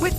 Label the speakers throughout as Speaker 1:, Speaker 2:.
Speaker 1: With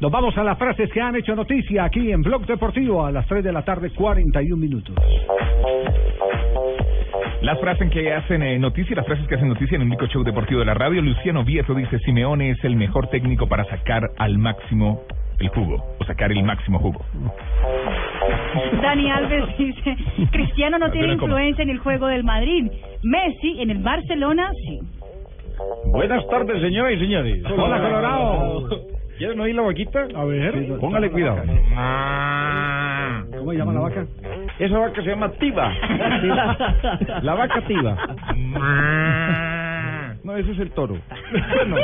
Speaker 2: Nos vamos a las frases que han hecho noticia aquí en Blog Deportivo a las 3 de la tarde, 41 minutos.
Speaker 3: Las frases que hacen eh, noticia, las frases que hacen noticia en el único show deportivo de la radio, Luciano Vieto dice, Simeone es el mejor técnico para sacar al máximo el jugo, o sacar el máximo jugo.
Speaker 4: Dani Alves dice, Cristiano no tiene
Speaker 3: Pero ¿cómo?
Speaker 4: influencia en el juego del Madrid. Messi en el Barcelona, sí.
Speaker 5: Buenas tardes, señoras y señores.
Speaker 2: Hola, Colorado.
Speaker 5: ¿Quieren oír la vaquita?
Speaker 2: A ver.
Speaker 5: Póngale cuidado.
Speaker 2: ¿Cómo se
Speaker 5: Mm.
Speaker 2: llama la vaca?
Speaker 5: Esa vaca se llama Tiba. La vaca Tiba. No, ese es el toro. Bueno.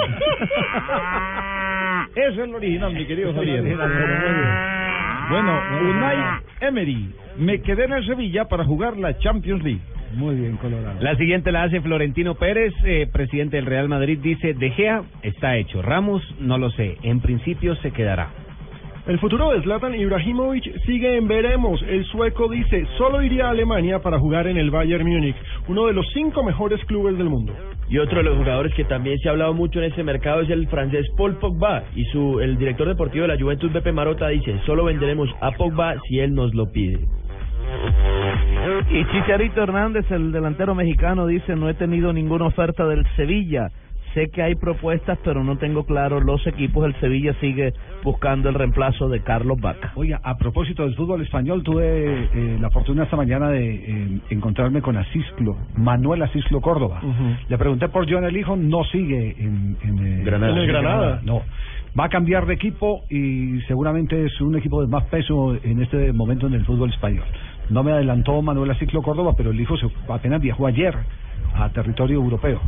Speaker 5: Ese es el original, mi querido Javier. Ah. Bueno, Unai Emery. Me quedé en el Sevilla para jugar la Champions League.
Speaker 2: Muy bien, Colorado.
Speaker 6: La siguiente la hace Florentino Pérez, eh, presidente del Real Madrid, dice, De Gea está hecho, Ramos no lo sé, en principio se quedará.
Speaker 7: El futuro de Zlatan Ibrahimovic sigue en veremos. El sueco dice, solo iría a Alemania para jugar en el Bayern Múnich, uno de los cinco mejores clubes del mundo.
Speaker 8: Y otro de los jugadores que también se ha hablado mucho en este mercado es el francés Paul Pogba. Y su el director deportivo de la Juventus, Pepe Marota, dice, solo venderemos a Pogba si él nos lo pide.
Speaker 6: Y Chicharito Hernández, el delantero mexicano, dice, no he tenido ninguna oferta del Sevilla. Sé que hay propuestas, pero no tengo claro los equipos. El Sevilla sigue buscando el reemplazo de Carlos Vaca.
Speaker 2: Oiga, a propósito del fútbol español, tuve eh, la fortuna esta mañana de eh, encontrarme con Asislo, Manuel Asislo Córdoba. Le pregunté por John el hijo, no sigue en, en, eh,
Speaker 5: Granada.
Speaker 2: en
Speaker 5: En el Granada.
Speaker 2: No. Va a cambiar de equipo y seguramente es un equipo de más peso en este momento en el fútbol español. No me adelantó Manuel Asislo Córdoba, pero el hijo se, apenas viajó ayer a territorio europeo.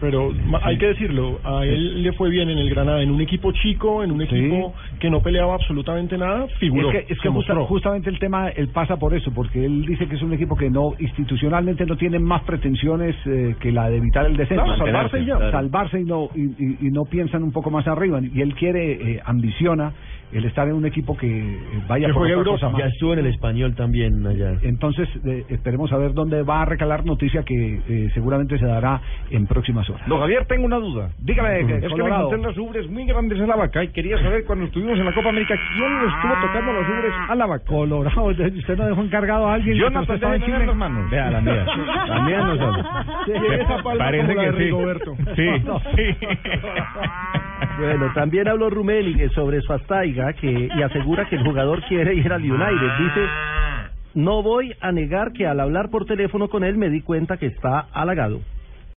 Speaker 7: Pero ma- hay que decirlo, a él le fue bien en el Granada, en un equipo chico, en un equipo que no peleaba absolutamente nada, figuró.
Speaker 2: Es que, es
Speaker 7: se
Speaker 2: que justa-
Speaker 7: mostró.
Speaker 2: justamente el tema, él pasa por eso, porque él dice que es un equipo que no institucionalmente no tiene más pretensiones eh, que la de evitar el descenso,
Speaker 7: Claro, salvarse y ya.
Speaker 2: salvarse y no y, y- y no piensan un poco más arriba. Y él quiere, eh, ambiciona el estar en un equipo que eh, vaya
Speaker 7: Que
Speaker 2: por
Speaker 7: juegue
Speaker 2: otra
Speaker 7: Europa.
Speaker 2: cosa
Speaker 8: Ya
Speaker 2: más.
Speaker 8: estuvo en el español también allá.
Speaker 2: Entonces eh, esperemos a ver dónde va a recalar noticia que eh, seguramente se dará en próximas horas.
Speaker 5: Don Javier, tengo una duda.
Speaker 2: Dígame, eh,
Speaker 5: Es que me
Speaker 2: Colorado.
Speaker 5: encontré las ubres muy grandes a la vaca y quería saber cuando estuvimos en la Copa América quién le estuvo tocando las ubres a la vaca.
Speaker 2: Colorado, usted no dejó encargado a alguien. mientras usted estaba
Speaker 5: Jonathan debe
Speaker 2: en
Speaker 5: tener
Speaker 2: Chile?
Speaker 5: las manos.
Speaker 3: Vea, la mía. La mía no sabe.
Speaker 2: Sí,
Speaker 5: esa palma
Speaker 3: Parece
Speaker 5: como la
Speaker 3: que
Speaker 5: de
Speaker 3: sí.
Speaker 5: Rigoberto. Ah.
Speaker 3: Sí,
Speaker 2: No.
Speaker 3: sí.
Speaker 6: Bueno, también habló Rumeli eh, sobre su astaiga que, y asegura que el jugador quiere ir al United. Dice, no voy a negar que al hablar por teléfono con él me di cuenta que está halagado.